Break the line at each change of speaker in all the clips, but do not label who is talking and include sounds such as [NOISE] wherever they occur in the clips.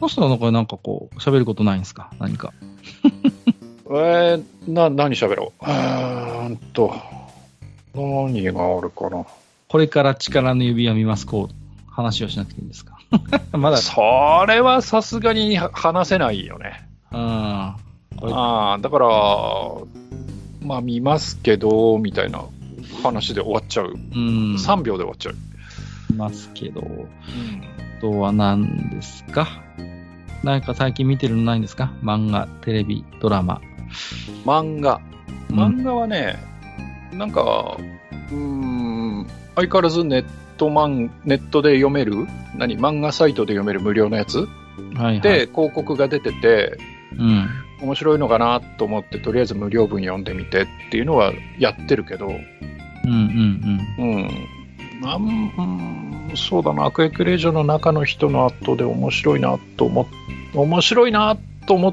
ポストの中でなんかこう、喋ることないんですか何か。
えー、な、何喋ろう。うーんと、何があるかな。
これから力の指輪見ます、こう、話をしなくていいんですか [LAUGHS] まだ、
それはさすがに話せないよね。
うん。これ
ああ、だから、まあ見ますけど、みたいな話で終わっちゃう。
うん。
3秒で終わっちゃう。
ますけど、あとは何ですか何か最近見てるのないんですか漫画、テレビ、ドラマ。
漫画。
うん
漫画はね、なんか、うーん、相変わらずネットマン、ネットで読める何漫画サイトで読める無料のやつ
はいはい。
で、広告が出てて、
うん。
面白いのかなと思って、とりあえず無料分読んでみてっていうのはやってるけど、
うんうん
うん。なんうんそうだな、悪役令嬢の中の人の後で面白いなと思っ、面白いなと思っ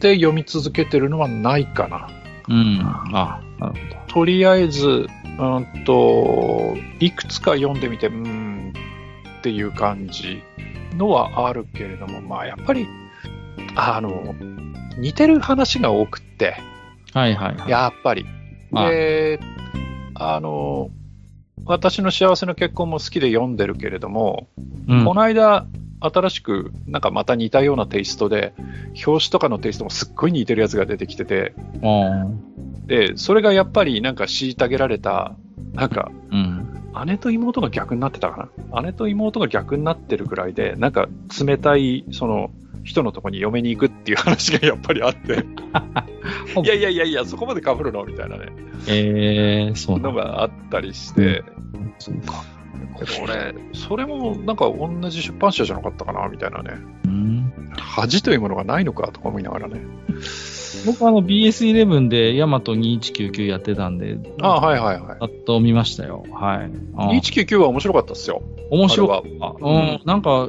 て読み続けてるのはないかな。
うん。うん。あ、なるほど。
とりあえず、うんと、いくつか読んでみて、うーんっていう感じのはあるけれども、まあやっぱり、あの、似てる話が多くって、
はいはいはい。
やっぱり。
まあ
で、あの、私の幸せの結婚も好きで読んでるけれども、
うん
この間、新しく、なんかまた似たようなテイストで、表紙とかのテイストもすっごい似てるやつが出てきてて、
うん
で、それがやっぱりなんか虐げられた、なんか、
うん。
姉と妹が逆になってたかな。姉と妹が逆になってるぐらいで、なんか冷たい、その、人のとこに嫁に行くっていう話がやっぱり
[LAUGHS]
あって、いやいやいやいや、そこまで被るのみたいなね、
えー、そうな
の
ん
があったりして、
そうか。
これ、それもなんか同じ出版社じゃなかったかなみたいなね、
うん。
恥というものがないのかとか思いながらね。
僕あの BS11 でヤマト2199やってたんで、
ああ、はいはいはい。
ざっと見ましたよ。はい。あー
2199は面白かったっすよ。
面白かっ
あれ
た。う
はうん
ん。なんか、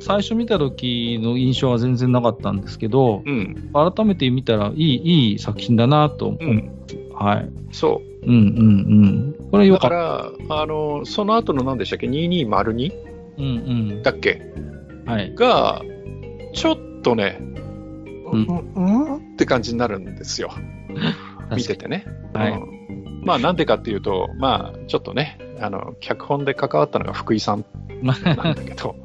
最初見た時の印象は全然なかったんですけど、
うん、
改めて見たらいい、いい作品だなと思
う
う。
ん、
はい。
そう。
うんうんうん。これよ
だ
か
か
った。
ら、あの、その後の何でしたっけ、2202
うん
だっけ
うん。はい。
が、ちょっとね、
う
うんん、うんって感じになるんですよ。見ててね。
はい
うんまあ、なんでかっていうと、まあ、ちょっとね、あの、脚本で関わったのが福井さん
ま
なんだ
[LAUGHS]
けど、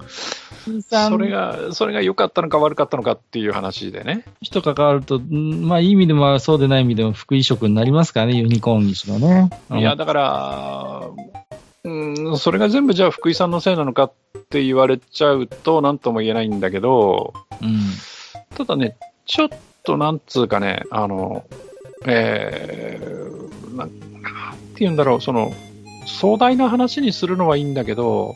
さん
それが、それが良かったのか悪かったのかっていう話でね。
人関わると、うんまあいい意味でもそうでない意味でも福井色になりますからね、ユニコーンにしろね。
いや、だから、うん、それが全部じゃあ福井さんのせいなのかって言われちゃうと、なんとも言えないんだけど、
うん。
ただね、ちょっとなんつうかね、あの、えー、ななんて言うんだろう、その、壮大な話にするのはいいんだけど、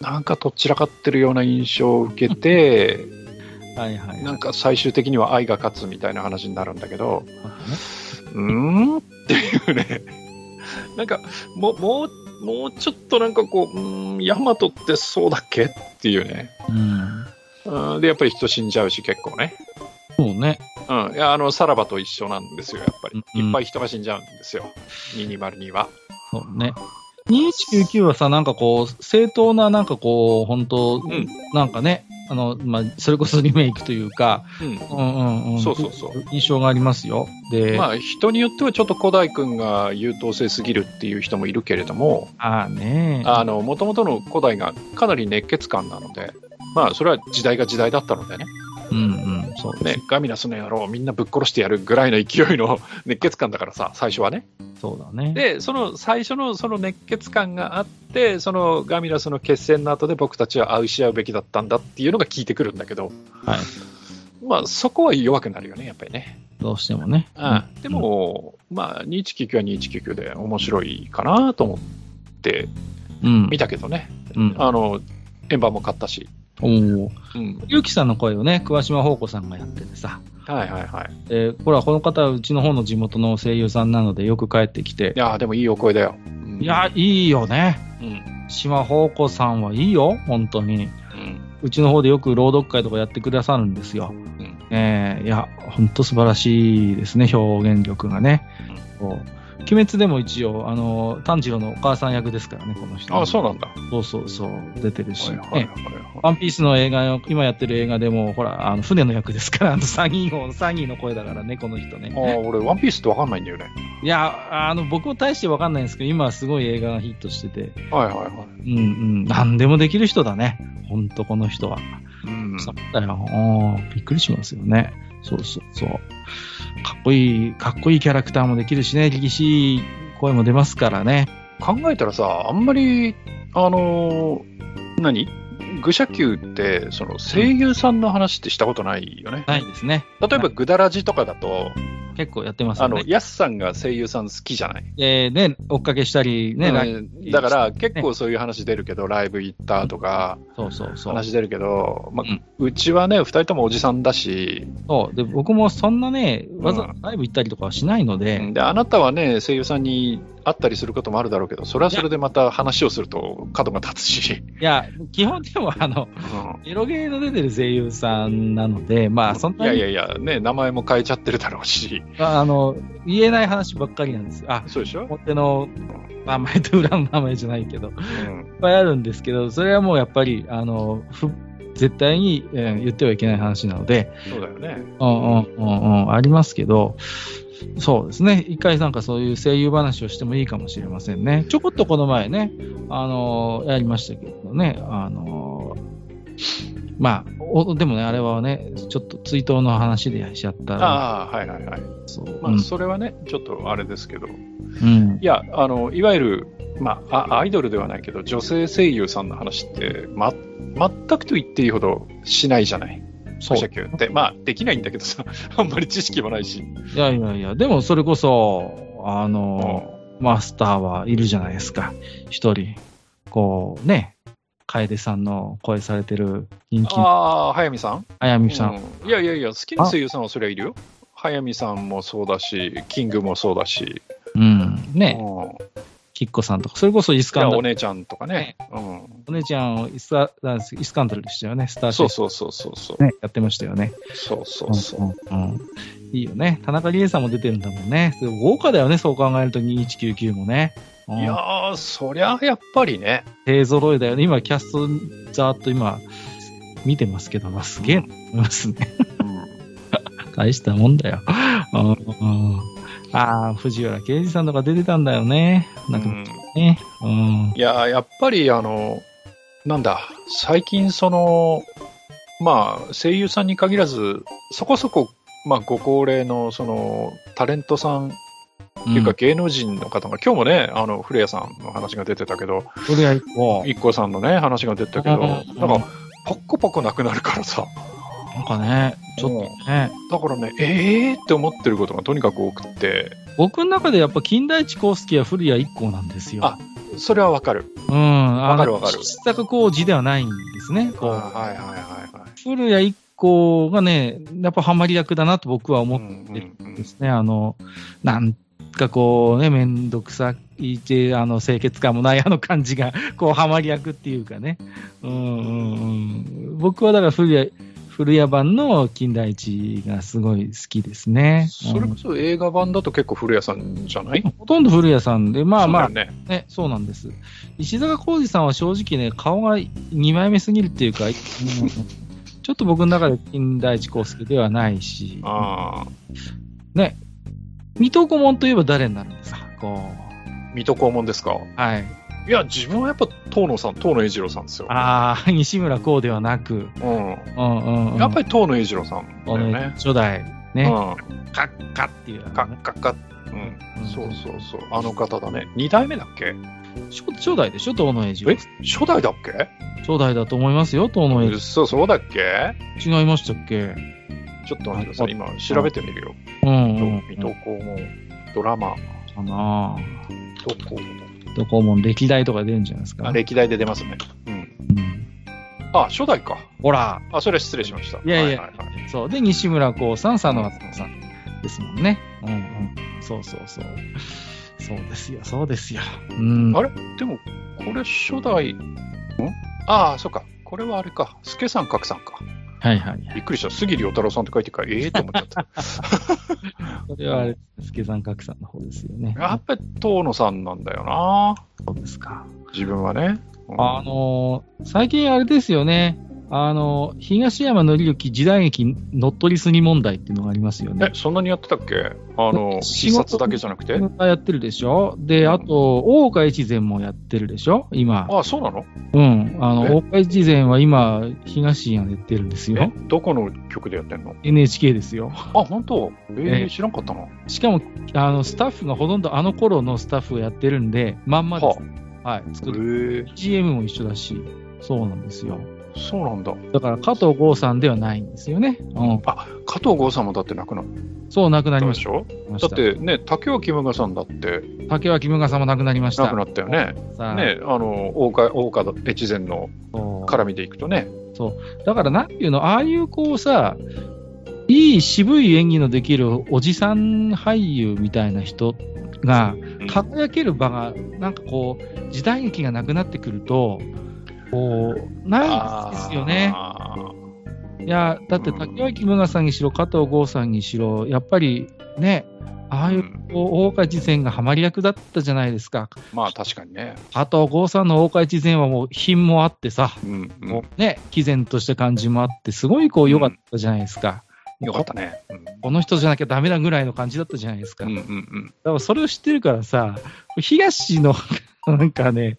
なんかとっちらかってるような印象を受
[LAUGHS]
けて、
うん。はいはい。
なんか最終的には愛が勝つみたいな話になるんだけど、
ね
うーんっていうね、なんかもう、もう、もうちょっとなんかこう、うーん、ヤマトってそうだっけっていうね。
うん。
うんで、やっぱり人死んじゃうし、結構ね。
そうね。
うん、いやあのさらばと一緒なんですよ、やっぱり。
うん
いっぱい人が死んじゃうんですよ、202は。
そうね。2199はさ、なんかこう、正当な、なんかこう、本当、
ん
なんかね、あの、まあ、それこそリメイクというか、
うん
うんうんうん。
そうそうそう。
印象がありますよ。で、
まあ、人によってはちょっと古代君が優等生すぎるっていう人もいるけれども、
ああね
あの元々の古代がかなり熱血感なので、まあ、それは時代が時代だったのでね、
うんうん、そう
ねガミナスの野郎、みんなぶっ殺してやるぐらいの勢いの [LAUGHS] 熱血感だからさ、最初はね。
そうだね。
で、その最初のその熱血感があって、そのガミナスの決戦の後で僕たちは愛し合うべきだったんだっていうのが聞いてくるんだけど。
はい。
まあ、そこは弱くなるよね、やっぱりね。
どうしてもね。
うん、でも、まあ、2199は2199で面白いかなと思って
うん、
見たけどね。
うん。
あの、円盤も買ったし。
おー
うん。
ゆうきさんの声をね、桑島宝子さんがやっててさ、
はいはいはい。
えー、ほら、この方はうちの方の地元の声優さんなので、よく帰ってきて
い、やーでもいいお声だよ。うん
いや、いいよね。
うん。
島宝子さんはいいよ、本当に。
うん。
うちの方でよく朗読会とかやってくださるんですよ。
ん
えーいや、本当素晴らしいですね、表現力がね。こう鬼滅でも一応、あの、炭治郎のお母さん役ですからね、この人。
あ、そうなんだ。
そうそうそう、出てるし。
はいは
ね
いはいはい。
ワンピースの映画の、今やってる映画でも、ほら、あの船の役ですから、あの、サギー号の、サギーの声だからね、この人ね。
あー俺、ワンピースってわかんないんだよね。
いや、あの、僕も大してわかんないんですけど、今はすごい映画がヒットしてて、
はいはいはい。
うんうん、何でもできる人だね。ほんと、この人は。
うん。
そうだよ。あーびっくりしますよね。そうそうそう。かっこいい、かっこいいキャラクターもできるしね、厳しい声も出ますからね。
考えたらさ、あんまり、あのー何愚者級って、その声優さんの話ってしたことないよね。
ないですね。
例えば、グダラジとかだと、
結構やってます
あ
よ
の、
ね。
ヤスさんが声優さん好きじゃない。
えーね、追っかけしたり、ね、ライ
うんだから、結構そういう話出るけど、ライブ行ったとか、
そうそうそう。
話出るけど、まあ
うん
うちはね、二人ともおじさんだし、
そうで僕もそんなね、わざ
うん
ライブ行ったりとかはしないので、
であなたはね、声優さんに会ったりすることもあるだろうけど、それはそれでまた話をすると角が立つし、
いや、基本でもあの、
う
エロゲーの出てる声優さんなので、まあ、そん
んい
な
やい
に
やいや、ね、名前も変えちゃってるだろうし、
ああの言えない話ばっかりなんです。あ、
そうでしょ、
表の名前と裏の名前じゃないけど、
うん
いっぱいあるんですけど、それはもうやっぱり、あの、ふ絶対に、えー言ってはいけない話なので、
そうだよね。
うんうんうんうん、ありますけど、そうですね、一回なんかそういう声優話をしてもいいかもしれませんね。ちょこっとこの前ね、あのやりましたけどね、あのまあ、おでもね、あれはね、ちょっと追悼の話でしちゃったら、
ああ、はいはいはい。
そう、
ま
う
あ、
ん
それはね、ちょっとあれですけど、
うん
いや、あの、いわゆる、まあ、あアイドルではないけど、女性声優さんの話って、ま、全くと言っていいほどしないじゃない。
そ
武
う
者級って。まあ、できないんだけどさ、 [LAUGHS] あんまり知識もないし。
いやいやいや、でもそれこそ、あのマスターはいるじゃないですか、一人。こうね、楓さんの声されてる人気の
ああ、早見さん
あやみさん。
うんいやいやいや、好きな声優さんはそりゃいるよ。早見さんもそうだし、キングもそうだし、
うん。
う
ね、
ん
きっこさんとか、それこそイス
い
カ
や
ンダ
お
ル。
姉ちゃんとかね。うん、
お姉ちゃんをイスカなんですイスカンダルでしたよね、スターシ
そ
ェ
う
フ
そうそうそうそう。
ね、やってましたよね。
そうそうそう。
うんうんいいよね。田中理恵さんも出てるんだもんね。すごい豪華だよね、そう考えると2199もね。うん
いやー、そりゃやっぱりね。
手揃いだよね。今、キャスト、ざーっと今、見てますけど、まあ、すげえなと思いますね。
うん
大したもんだよ。うんああ、藤原啓治さんとか出てたんだよね。なんか
うん
ね。うん。
いやー、やっぱりあの、なんだ、最近その、まあ、声優さんに限らず、そこそこ、まあ、ご高齢の、その、タレントさんって
うん、
いうか、芸能人の方が、今日もね、あの、古谷さんの話が出てたけど、
それは一個。
一 k さんのね、話が出てたけど、
うん
なんか、ポッコポコなくなるからさ、
なんかね、ちょっとね。
だからね、ええーって思ってることがとにかく多くって、
僕の中でやっぱ金田一耕助は古谷一行なんですよ。
あそれはわかる。
うん。わ
わかるわかる
失作工事ではないんですね。こう
はいはいはいはい。
古谷一行がね、やっぱハマり役だなと僕は思っ
うんうんうん
ですね、あの、なんかこうね、めんどくさいて、あの、清潔感もないあの感じが、こう、ハマり役っていうかね。うんうんうん。僕はだから古谷、古谷版の金田一がすごい好きですね。
それ
う
こ
ん
そ映画版だと結構古谷さんじゃない
ほとんど古谷さんで、まあまあ
そうだよね。
ね、そうなんです。石坂浩二さんは正直ね、顔が2枚目すぎるっていうか、うんちょっと僕の中で金田一耕助ではないし、
ああ、
水戸黄門といえば誰になるんですかこ
水戸黄門ですか。
う。はい。
いや、自分はやっぱ遠野さん、遠野栄二郎さんですよ。
ああ、 [LAUGHS] 西村こうではなく、
うん。
うんうんうん、
やっぱり遠野栄二郎さんだ
こ
よ
の
ね。
初代、
うん。
ね、
カ
カッカっていう、
ッカッカッ。うん。
うん
そうそうそう。あの方だね。二代目だっけ
初初代でしょ、東野栄治
え初代だっけ
初代だと思いますよ、東野栄
うっそ、そうだっけ
治。違いましたっけ
ちょっと待ってください。今、調べてみるよ。
うん、うん。
水戸黄門、ドラマ、
かな
水戸黄門。
どこも歴代とか出るんじゃないですか。
あ、歴代で出ますね。うん。
うん
あ、初代か。
ほら、
あ、それは失礼しました。
いやいや
はいはいはい
そう。で、西村こうさん、佐野敦子さんですもんね。うんうん。そうそうそう。そうですよ、そうですよ。うん。
あれでも、これ初代、んああ、そっか。これはあれか。助さん、格さんか。
はいはいはい。
びっくりした。杉良太郎さんって書いてるから、ええと思っちゃ
[LAUGHS]
った。
それはあれ、助さん格さんの方ですよね。
やっぱり遠野さんなんだよな。
そうですか。
自分はね。うん
あのー最近あれですよね。あのー東山紀之時代劇乗っ取りすぎ問題っていうのがありますよね
え。、そんなにやってたっけあの、
仕
必
事
殺だけじゃなくて
やってるでしょで、あと、大岡越前もやってるでしょ今。
あ、そうなの
うん。あの、
え
大岡越前は今、東山でやってるんです
え
よ。、
どこの曲でやってんの
NHK ですよ。
あ、本当
え
えー、知らんかったな。
しかも、あの、スタッフがほとんどあの頃のスタッフがやってるんで、まんまです。はい。
え
作る。
ー、
GM も一緒だし、そうなんですよ。
そうなんだ。
だから、加藤剛さんではないんですよね。うん。
あ、加藤剛さんもだって亡くなっ
そう、亡くな
た
りま
で
し
しょ
た。
だっ、てね、竹脇無我さんだって
竹脇無我さんも亡くなりました。
亡くなったよね。
さあ
ね、あの、大岡、大岡越前の
そう
絡みでいくとね。
だからなんていうの、ああいうこうさ、いい渋い演技のできるおじさん俳優みたいな人が
うん
輝ける場が、なんかこう、時代劇がなくなってくると、こう、ないですよね。
あー
いや、だって竹脇無我さんにしろ、加藤剛さんにしろ、やっぱりね、ああいううんこう大岡事前がハマり役だったじゃないですか。
まあ確かにね。
加藤剛さんの大岡事前はもう品もあってさ、
うん、うん
もうね、毅然とした感じもあって、すごいこう良かったじゃないですか。
よかったね。うん
この人じゃなきゃダメだぐらいの感じだったじゃないですか。
うん
だ
うんうん。
からそれを知ってるからさ、東のなんかね、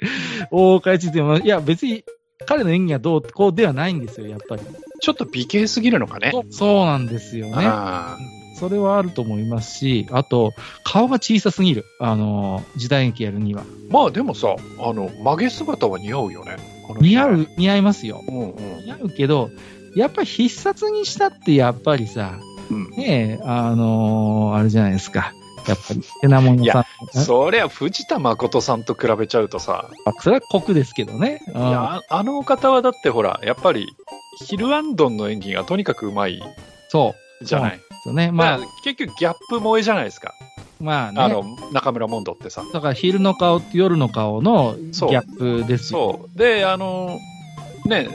大岡越前はいや別に彼の演技はどうこうではないんですよ、やっぱり。
ちょっと美形すぎるのかね。
そうそうなんですよね。
あ
それはあると思いますし、あと、顔が小さすぎる。あの、時代劇やるには。
ーまあでもさ、あの、曲げ姿は似合うよね。この人
似合。う、似合いますよ。
うんうん。
似合うけど、やっぱり必殺にしたってやっぱりさ、
うん
ねえ、あのーあれじゃないですか。やっぱり、てなもんさん。
そりゃ藤田誠さんと比べちゃうとさ、
それは酷ですけどね。うん
いや、ああのお方はだってほら、やっぱり、ヒルアンドンの演技がとにかくうまい
そう。
じゃない。
ですよね。
ま
ま
あ
あ、、
結局ギャップ萌えじゃないですか。
まあね。
あの、中村モンドってさ。
だから昼の顔と夜の顔のギ
そう
ャップですよ。
そう。で、あの、ね、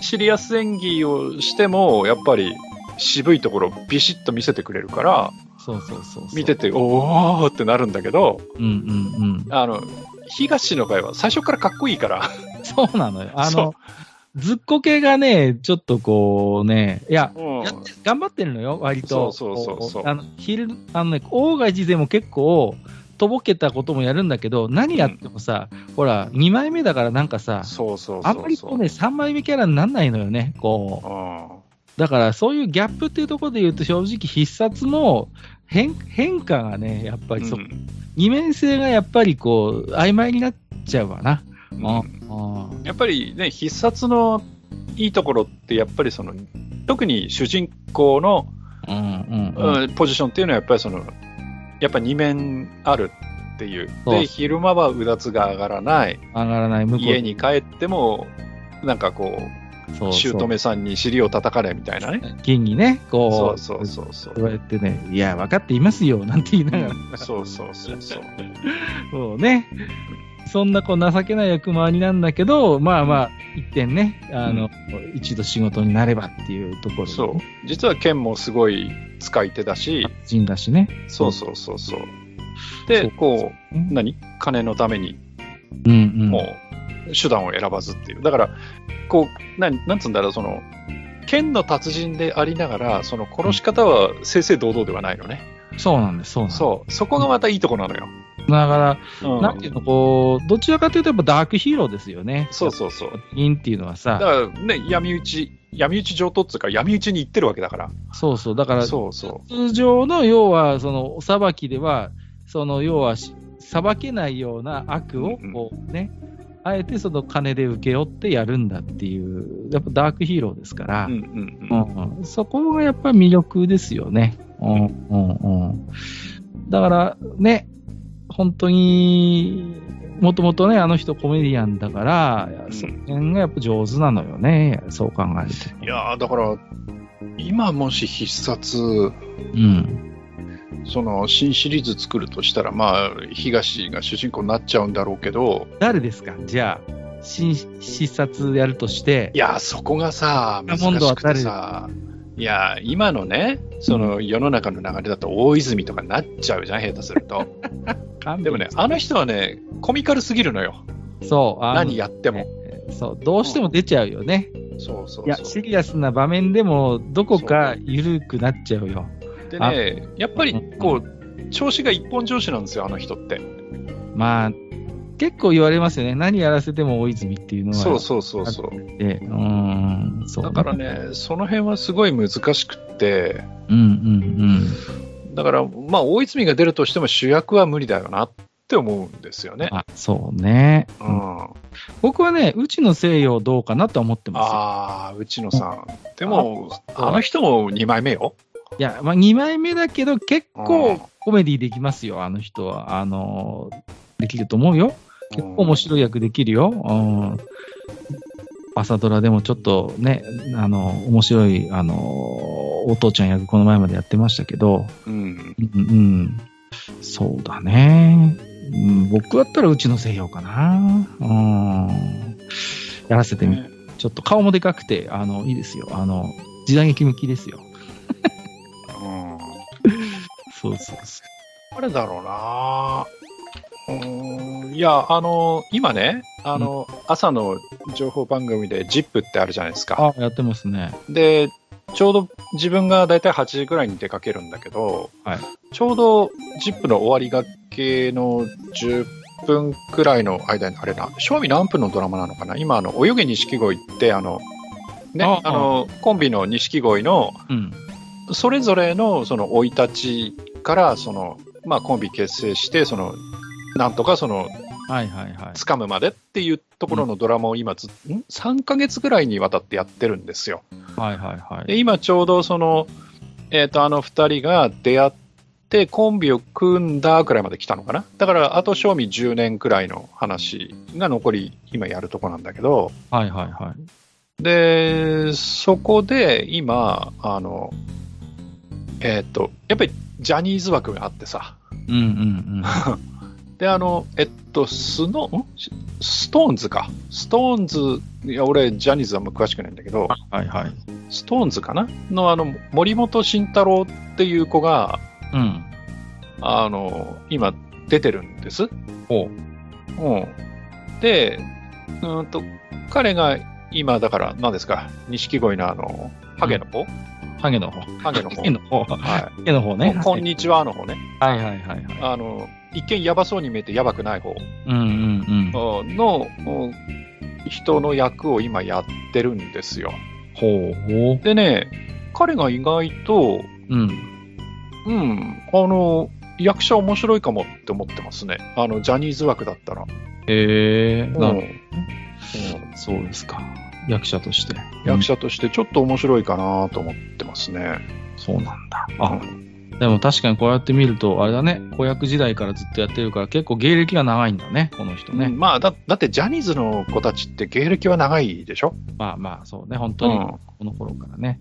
シリアス演技をしても、やっぱり渋いところをビシッと見せてくれるから、
そうそうそうそう。
見てて、おーってなるんだけど、
うんうんうん。
あの、東の会は最初からかっこいいから、
そうなのよ。あ
そう
の、ずっこけがね、ちょっとこうね、いや、やって頑張ってるのよ、割と。
そうそうそうそう
こあの、昼、あのね、大外事前も結構、とぼけたこともやるんだけど、何やってもさ、ほら、2枚目だからなんかさ、
そうそうそうそう。
あんまりこうね、3枚目キャラになんないのよね、こう。
うん
だから、そういうギャップっていうところで言うと、正直必殺も変、変化がね、やっぱりそう、
うん
二面性がやっぱりこう、曖昧になっちゃうわな。
うん
ああ
やっぱりね、必殺のいいところって、やっぱりその、特に主人公の、
うんうんうん。
うんポジションっていうのは、やっぱりその、やっぱ二面あるっていう。
そう
で、昼間はうだつが上がらない。
上がらない、向こう
家に帰っても、なんかこ
そう
う、姑さんに尻を叩かれみたいなね。
金にね、
そ
こ
う
う、
そうそうそう。
言われてね、いや、分かっていますよ、なんて言いながら、
そうそうそうそう。
そうね、そんなこう情けない役回りなんだけど、まあまあ、一点ね、あの、一度仕事になればっていうところ、
そう。実は剣もすごい使い手だし、
人だしね。
そうそうそうそう。
そ
で、
う
こ
う
う、
ん
何金のために、
うんうん。
もう、手段を選ばずっていう。だから、こう、なん、なんつうんだろう、その、剣の達人でありながら、その殺し方は正々堂々ではないのね。
そうなんです、そうなんです。
そう。そこがまたいいとこなのよ。
だから、
うん
なんていうの、こう、どちらかというと、やっぱダークヒーローですよね。
そうそうそう。
銀っていうのは
だ
さ、
からね、闇討ち、闇討ち上等っていうか、闇討ちに行ってるわけだから。
そうそう、だから、
そうそ
通常の要はそのお裁きではその要はし裁けないような悪を
うんうん
こうね、あえてその金で請け負ってやるんだっていうやっぱダークヒーローですから
う。う、んうん
う
うん。
んうんそこがやっぱり魅力ですよね、うんうんうん、だからね本当にもともとねあの人コメディアンだから、
ん
その辺がやっぱ上手なのよねそう考えると。
いやー、だから、今もし必殺、
うん
その、新シリーズ作るとしたら、まあ、東が主人公になっちゃうんだろうけど、
誰ですかじゃあ新視察やるとして
い、や、そこがさ、難
今度
し
は
くて
誰
さ、いや、今のね、その世の中の流れだと大泉とかになっちゃうじゃん、下手すると。でもね、あの人はね、コミカルすぎるのよ。
そう、あの
何やっても。
そう、どうしても出ちゃうよね。
そうそうそう。
いや、シリアスな場面でも、どこか緩くなっちゃうよ。
でね、やっぱりこう、調子が一本調子なんですよ、あの人って。
まあ、結構言われますよね。何やらせても大泉っていうのは。
そうそうそうそう。
でうーん、そう、
だから。ね、その辺はすごい難しくって、
うんうん
だから、まあ、大泉が出るとしても主役は無理だよなって思うんですよ
うん。
ね。
あ、そうね。
う
うん
ん、あ
僕はね、うちの西洋どうかなとは思ってますよ。
あー、内野さん。でも、
あ
あの人も2枚目よ。
いや、まあ、2枚目だけど、結
うん
構コメディできますよ、あの人は。あのーできると思うよ。結構面白い役できるよ。うん。朝ドラでもちょっとね、あの、面白い、あの、お父ちゃん役この前までやってましたけど、
うん。
うん、うん、そうだね。うん、僕だったらうちの西洋かな。うん。やらせてみ
ね
ちょっと顔もでかくて、あの、いいですよ。あの、時代劇向きですよ。
うん
そうそうそ
あれだろうなうんいや、あの、今ね、あの、朝の情報番組で ZIP ってあるじゃないですか。
う。あ、やってますね。
で、ちょうど自分がだいたい8時ぐらいに出かけるんだけど、
はい
ちょうど ZIP の終わりがけの10分くらいの間に、あれな、賞味何分のドラマなのかな今、あの、泳げ錦鯉って、あの、ね、
あ
あの、コンビの錦鯉の、
うん。
それぞれのその生い立ちからその、まあ、コンビ結成してそのなんとかその
はいはいはい。
掴むまでっていうところのドラマを今ず、ん、3ヶ月ぐらいにわたってやってるんですよ。
はいはいは
で
い。
今ちょうどその、えー、とあの2人が出会ってコンビを組んだくらいまで来たのかなだからあと賞味10年くらいの話が残り今やるとこなんだけど
はいはいはい。
で、そこで今、あの、えーっ、と、やっぱりジャニーズ枠があってさ、
うんうんうん。
で、あの、えっと、スノー、んしストーンズか。ストーンズ、いや、俺、ジャニーズはあんま詳しくないんだけど、
はいはい。
ストーンズかなの、あの、森本慎太郎っていう子が、
うん。
あの、今、出てるんです。
おう
うん。で、うーんと、彼が今、だから、何ですか、錦鯉のあの、ハゲの子、
ハゲの方。
ハゲの
ハ
方
ゲ。の方。ハ
は
ゲの方 [LAUGHS]
い。
ね。
こんにちはの方ね。
はいはいはいはい。
あの、一見やばそうに見えてやばくない方
うんうんうん。
のうん人の役を今やってるんですよ。
ほうほう。
でね、彼が意外と、
うん。
うん、あの、役者面白いかもって思ってますね。あの、ジャニーズ枠だったら。
へえー、な
うん
るそうですか。役者として。
役
者、
者としてちょっと面白いかなと思ってますね。
そうなんだ。あ、でも確かにこうやって見ると、あれだね、子役時代からずっとやってるから、結構芸歴が長いんだね、この人
う
ね
ん。まあだ、だってジャニーズの子たちって芸歴は長いでしょ、
まあまあ、そうね、本当に
うん
この頃からね。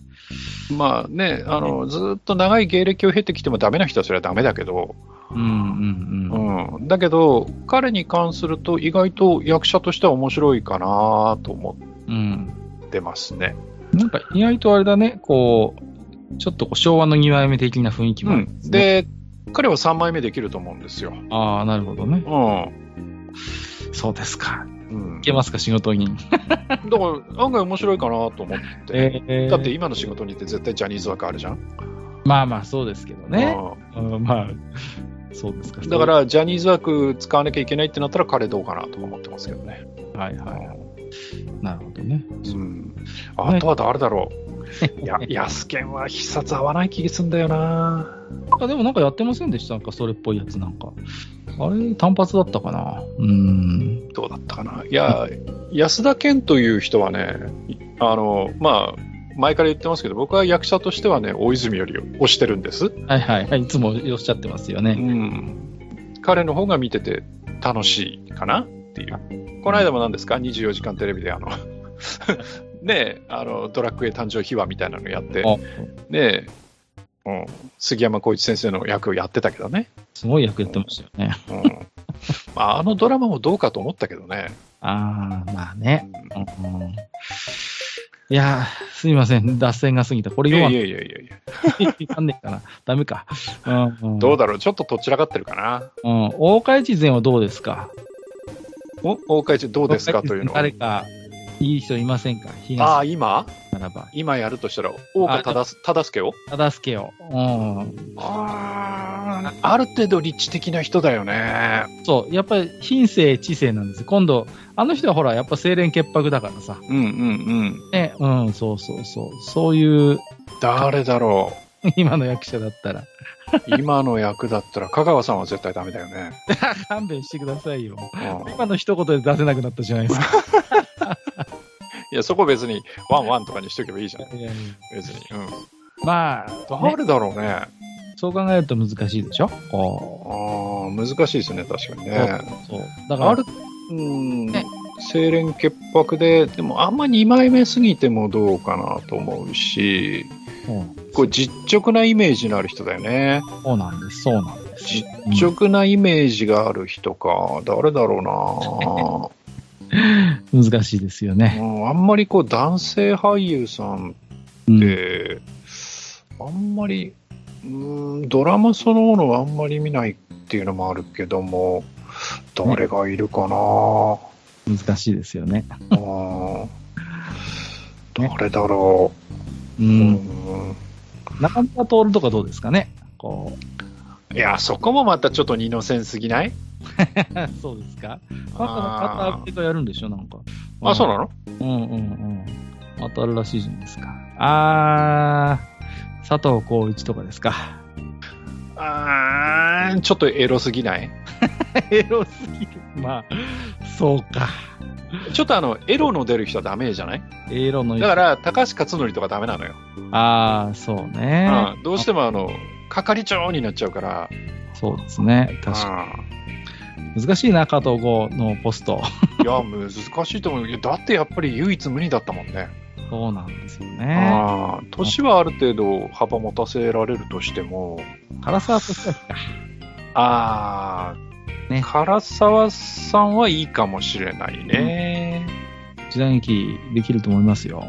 まあね、あの、ずーっと長い芸歴を経てきてもダメな人はそれはダメだけど、
うんうんうん。
うん、だけど彼に関すると意外と役者としては面白いかなと思
うん。
ってますね。
なんか意外とあれだね、こう、ちょっとこう昭和の2枚目的な雰囲気もあるんすね、
で彼は3枚目できると思うんですよ。
ああ、なるほどね。
うん
そうですか。
うん、
いけ
だか
ますか、仕事に。
ら案外面白いかなと思って、
えー
だって今の仕事にって絶対ジャニーズ枠あるじゃん。
まあまあ、そうですけどね。
う
うん、まあ、そうですか。
んだか、らジャニーズ枠使わなきゃいけないってなったら彼どうかなとか思ってますけどね。
はいはい。なるほどね。
うん、あとは誰だろう。 [LAUGHS] いや、安健は必殺合わない気がすんだよな。
あでもなんかやってませんでしたなんかそれっぽいやつなんか。あれ、単発だったかなうーん。
どうだったかな。いや、安田健という人はね、あの、まあ、前から言ってますけど、僕は役者としてはね、大泉より推してるんです。
はいはいはい。いつもおっしゃってますよ
う
ね。
ん。彼の方が見てて楽しいかなっていう。この間も何ですか ?24 時間テレビであの、 [LAUGHS] ねえ、あの、ドラクエ誕生秘話みたいなのやって、
あ
ねえ、うん、杉山浩一先生の役をやってたけどね。
すごい役やってましたよね。
うん [LAUGHS] まあ、あのドラマもどうかと思ったけどね。
ああ、まあね。うんうんいやー、すいません。脱線が過ぎた。これ
いや
弱
い
い。
やいやいやいや、
なんねえかな。ダメか。うん
どう
だ、
だろう、ちょっととっちらかってるかな。
うん、大川越前はどうですか
お大川一どうですかというのは
誰。か、いい人いませんか
ああ、
東
今
ならば。
今やるとしたら、大川忠す忠介を
忠助を。うん。
ああ、ある程度立地的な人だよね。
そう。やっぱり、品性、知性なんです。今度、あの人はほら、やっぱ清廉潔白だからさ。
うんうんうん。
ね。うん、そうそうそう。そういう、 [LAUGHS]
誰だろ
今の役者だったら。
う。今の役だったら、香川さんは絶対ダメだよね。
勘弁してくださいよ。
うん
今の一言で出せなくなったじゃないですか。
いや、そこ別に、ワンワンとかにしとけばいいじゃん。
いやいや
別に。うん。
まあ、ね
誰だろうね。あ
そう考えると難しいでしょこ
あ、難しいですね、確かに
う。
ね。
そう。だから、
ある、うん
ね、
清廉潔白で、でもあんま2枚目すぎてもどうかなと思うし、
うん
こう実直なイメージのある人だよね。
そうなんです。そうなんです。
実直なイメージがある人か、誰だろ
うん難しいですよ
う [LAUGHS]
ね。
な、うん、あんまりこう男性俳優さん
うん
って、あんまり、うん、ドラマそのものはあんまり見ないっていうのもあるけども、誰がいるかな、
難しいですよね。
うん、誰だろ
う。
う、うんん、
中村徹とかどうですかねこう。
いや、そこもまたちょっと二の線すぎない
[LAUGHS] そうですかまた、またア
あ
プリがやるんでしょなんか。
ーあ、そうなの
うんうんうん。またあるらしいじゃないですか。あー、佐藤浩市とかですか。 [LAUGHS]
あーちょっとエロすぎない
エロすぎる。まあ、そうか。
ちょっとあの、エロの出る人はダメじゃない
エロの
だから、高橋克典とかダメなのよ。
ああ、そうね。
うんどうしても、あの、係長になっちゃうから。
そうですね。確かに。難しいな、加藤剛のポスト。 [LAUGHS]
うんいや、難しいと思うよ。だってやっぱり唯一無二だったもんね。
そうなんですよ
う
ね。
ん年はある程度幅持たせられるとしても、
原沢としては
ああ、
ね
唐沢さんはいいかもしれないね。
時代劇できると思いますよ。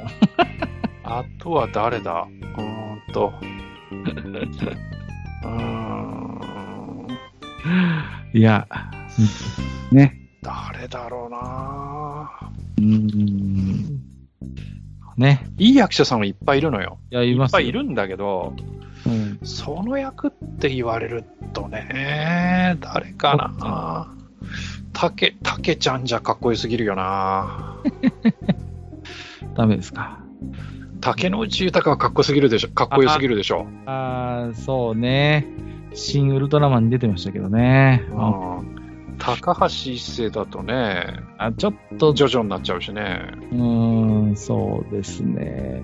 あとは誰だうーんと。
[LAUGHS]
うーん。
いや、
誰だろうな
うーん。ね。
いい役者さんがいっぱいいるのよ。
いや、い
い
ま
っ
す
ぱ
よ
いいるんだけど、
うん
その役って言われるとね、誰かなたけ、たけちゃんじゃかっこよすぎるよな
ダメですか。
竹野内豊はかっこすぎるでしょ。かっこよすぎるでしょ。
ああ、そうね。新ウルトラマンに出てましたけどね。
うん高橋一生だとね、
あちょっと、う
ジョジョになっちゃうしね。
ーん、そうですね。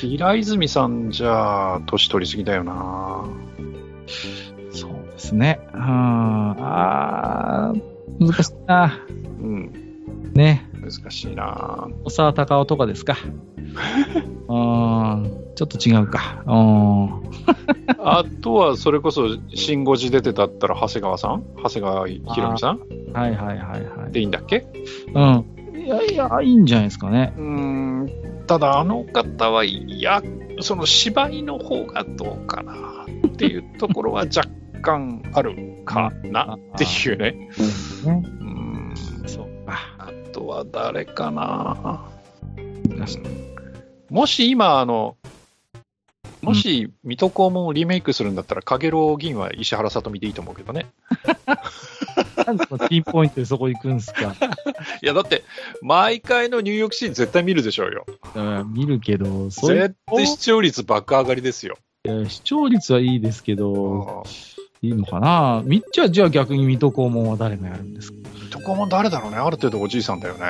平泉さんじゃ、年取りすぎだよな
そうですね。うんああ、難しいな。
うん、
ね。
難しいな
小沢隆夫とか [LAUGHS] ですか。うん、ちょっと違うか。うん。
[LAUGHS] あとは、それこそ、新五時出てたったら、長谷川さん長谷川博美さん
はいはいはいはい。
でいいんだっけ
うん。いやいや、いいんじゃないですかね。
うーん、ただ、あの方は、いや、その芝居の方がどうかなっていうところは若干あるかなっていうね。
ね
うーん、
そうか。
あとは誰かな
難しい
もし今、あの、もし、水戸黄門をリメイクするんだったら、かげろう銀は石原さとみでいいと思うけどね。
なんでそのピンポイントでそこ行くんですか。
いや、だって、毎回のニューヨークシーン絶対見るでしょうよ。
うん見るけど、そういう
絶対視聴率爆上がりですよ。
いや視聴率はいいですけど、
うん
いいのかなみっちゃんじゃあ逆に水戸黄門は誰がやるんですか
水戸黄門誰だろうね。ある程度おじいさんだよね。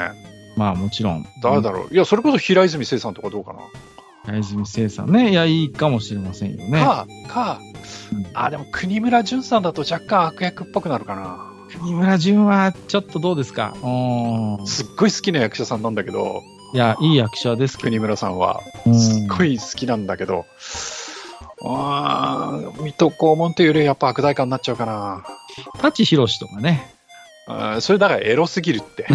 まあもちろん。
誰だろう。いや、それこそ平泉成さんとかどうかな。
うん大泉聖さんね。いや、いいかもしれませんよね。
か、か
うん、
あ、でも国村淳さんだと若干悪役っぽくなるかな。
国村淳はちょっとどうですかうーん。
すっごい好きな役者さんなんだけど、
いや、いい役者ですけ
国村さんは。
ど。
すっご
い。
い好きなんだけど、あー水戸黄門というよりやっぱ悪代官になっちゃうかな。
舘ひろしとかね。
あーそれだからエロすぎる
[LAUGHS]
って。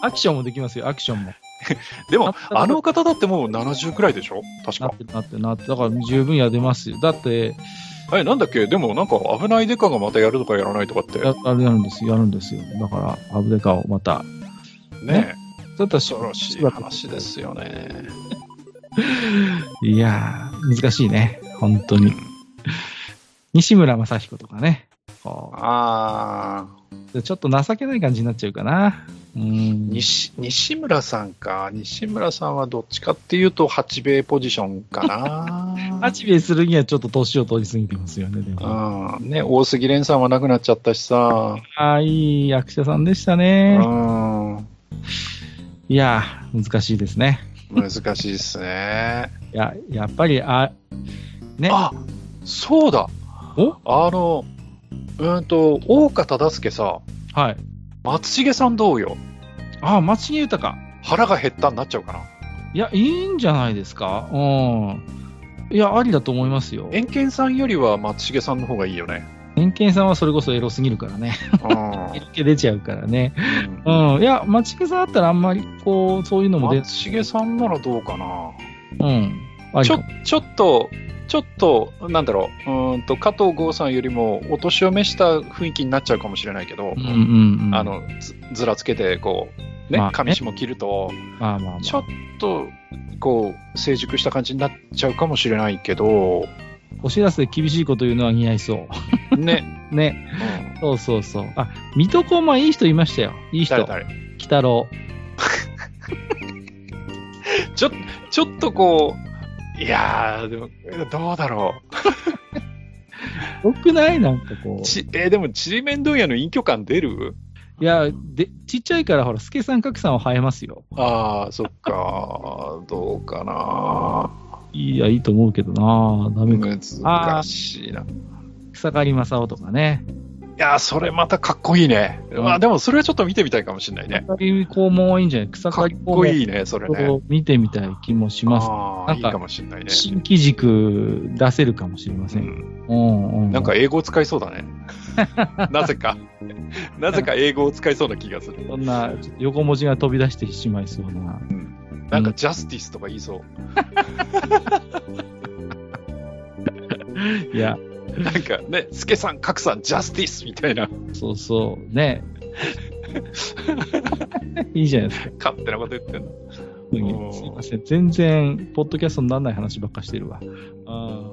アクションもできますよ、アクションも。
でも、あの方だってもう70くらいでしょ確
な
か
っ。てなってなって、だから十分や出ますよ。だって、
え、なんだっけでもなんか危ないデカがまたやるとかやらないとかって。
やあれやるんですよ、やるんですよ。だから、アブデカをまた。
ね
だったら
恐ろしい話ですよね。
いやー、難しいね。本当に。西村雅彦とかね。こ
ああ、
うちょっと情けない感じになっちゃうかな。うん。
西、西村さんか。西村さんはどっちかっていうと、八兵衛ポジションかな。
[LAUGHS] 八兵衛するにはちょっと年を取りすぎてますよね、でも。
うん。ね、大杉蓮さんは亡くなっちゃったしさ。
ああ、いい役者さんでした
う
ね。
ん。
いやー、難しいですね。
難しいですね。
いや、やっぱり、あ、ね。
あ、そうだ。
お
あの、うーんと、大岡忠介さ、
はい。
松重さんどうよ。
あ、松重豊か。
腹が減ったになっちゃうかな。
いや、いいんじゃないですか。うん。いや、ありだと思いますよ。
円健さんよりは松重さんの方がいいよね。
[LAUGHS] 偏見さんはそれこそエロすぎるからね。 [LAUGHS]
うん
色気出ちゃうからね。
うん
うん。いや、待ち草あったらあんまり、こう、そういうのも出、
松重さんならどうかな。
うん。あり
ち
か
ょ
も、
ちょっと、ちょっと、なんだろう、うーんと、加藤剛さんよりもお年を召した雰囲気になっちゃうかもしれないけど、
うんうんうん。
あ、の、ずずらつけて、こう、ね
まあ、ね
紙紐切ると、
まあまあまあ。
ちょっと、こう、成熟した感じになっちゃうかもしれないけど、
お知らせで厳しいこと言うのは似合いそ [LAUGHS]
ね、
う。ね。
うん
そうそうそう。あ、水戸黄門いい人いましたよ。いい人。
誰誰
鬼太郎。
ちょ、ちょっとこう、いやー、でも、どうだろう。
よくないなんかこう。
ちえーでも、ちりめん問屋の隠居感出る
いや、で、ちっちゃいからほら、助さん格さんは生えますよ。
ああ、そっか、どうかない
や、いいと思うけどなダメか。
難しいな。い
草刈正雄とかね。
やー、それまたかっこいいね。まあ、でも、それはちょっと見てみたいかもしれないね。
草刈肛門はいいんじゃない草
かっ
刈
こい
い。
いね、それね。
を見てみたい気もします。
あ
なん
あ、いい
か
かもしれないね。
新規軸出せるかもしれませ。
うんん、
うんうん、
なんか英語を使いそうだ
[LAUGHS]
ね。なぜか。なぜか英語を使いそうな気がする。
そんなちょっと横文字が飛び出してしまいそうな。
なんかジャスティスとか言いそう。
いや、
なんかね、スケさん、カクさん、ジャスティスみたいな、
そうそう、ね。 [LAUGHS] いいじゃないですか。
勝手なこと言ってんの。ん
すいません。全然、ポッドキャストにならない話ばっかしてるわ。あー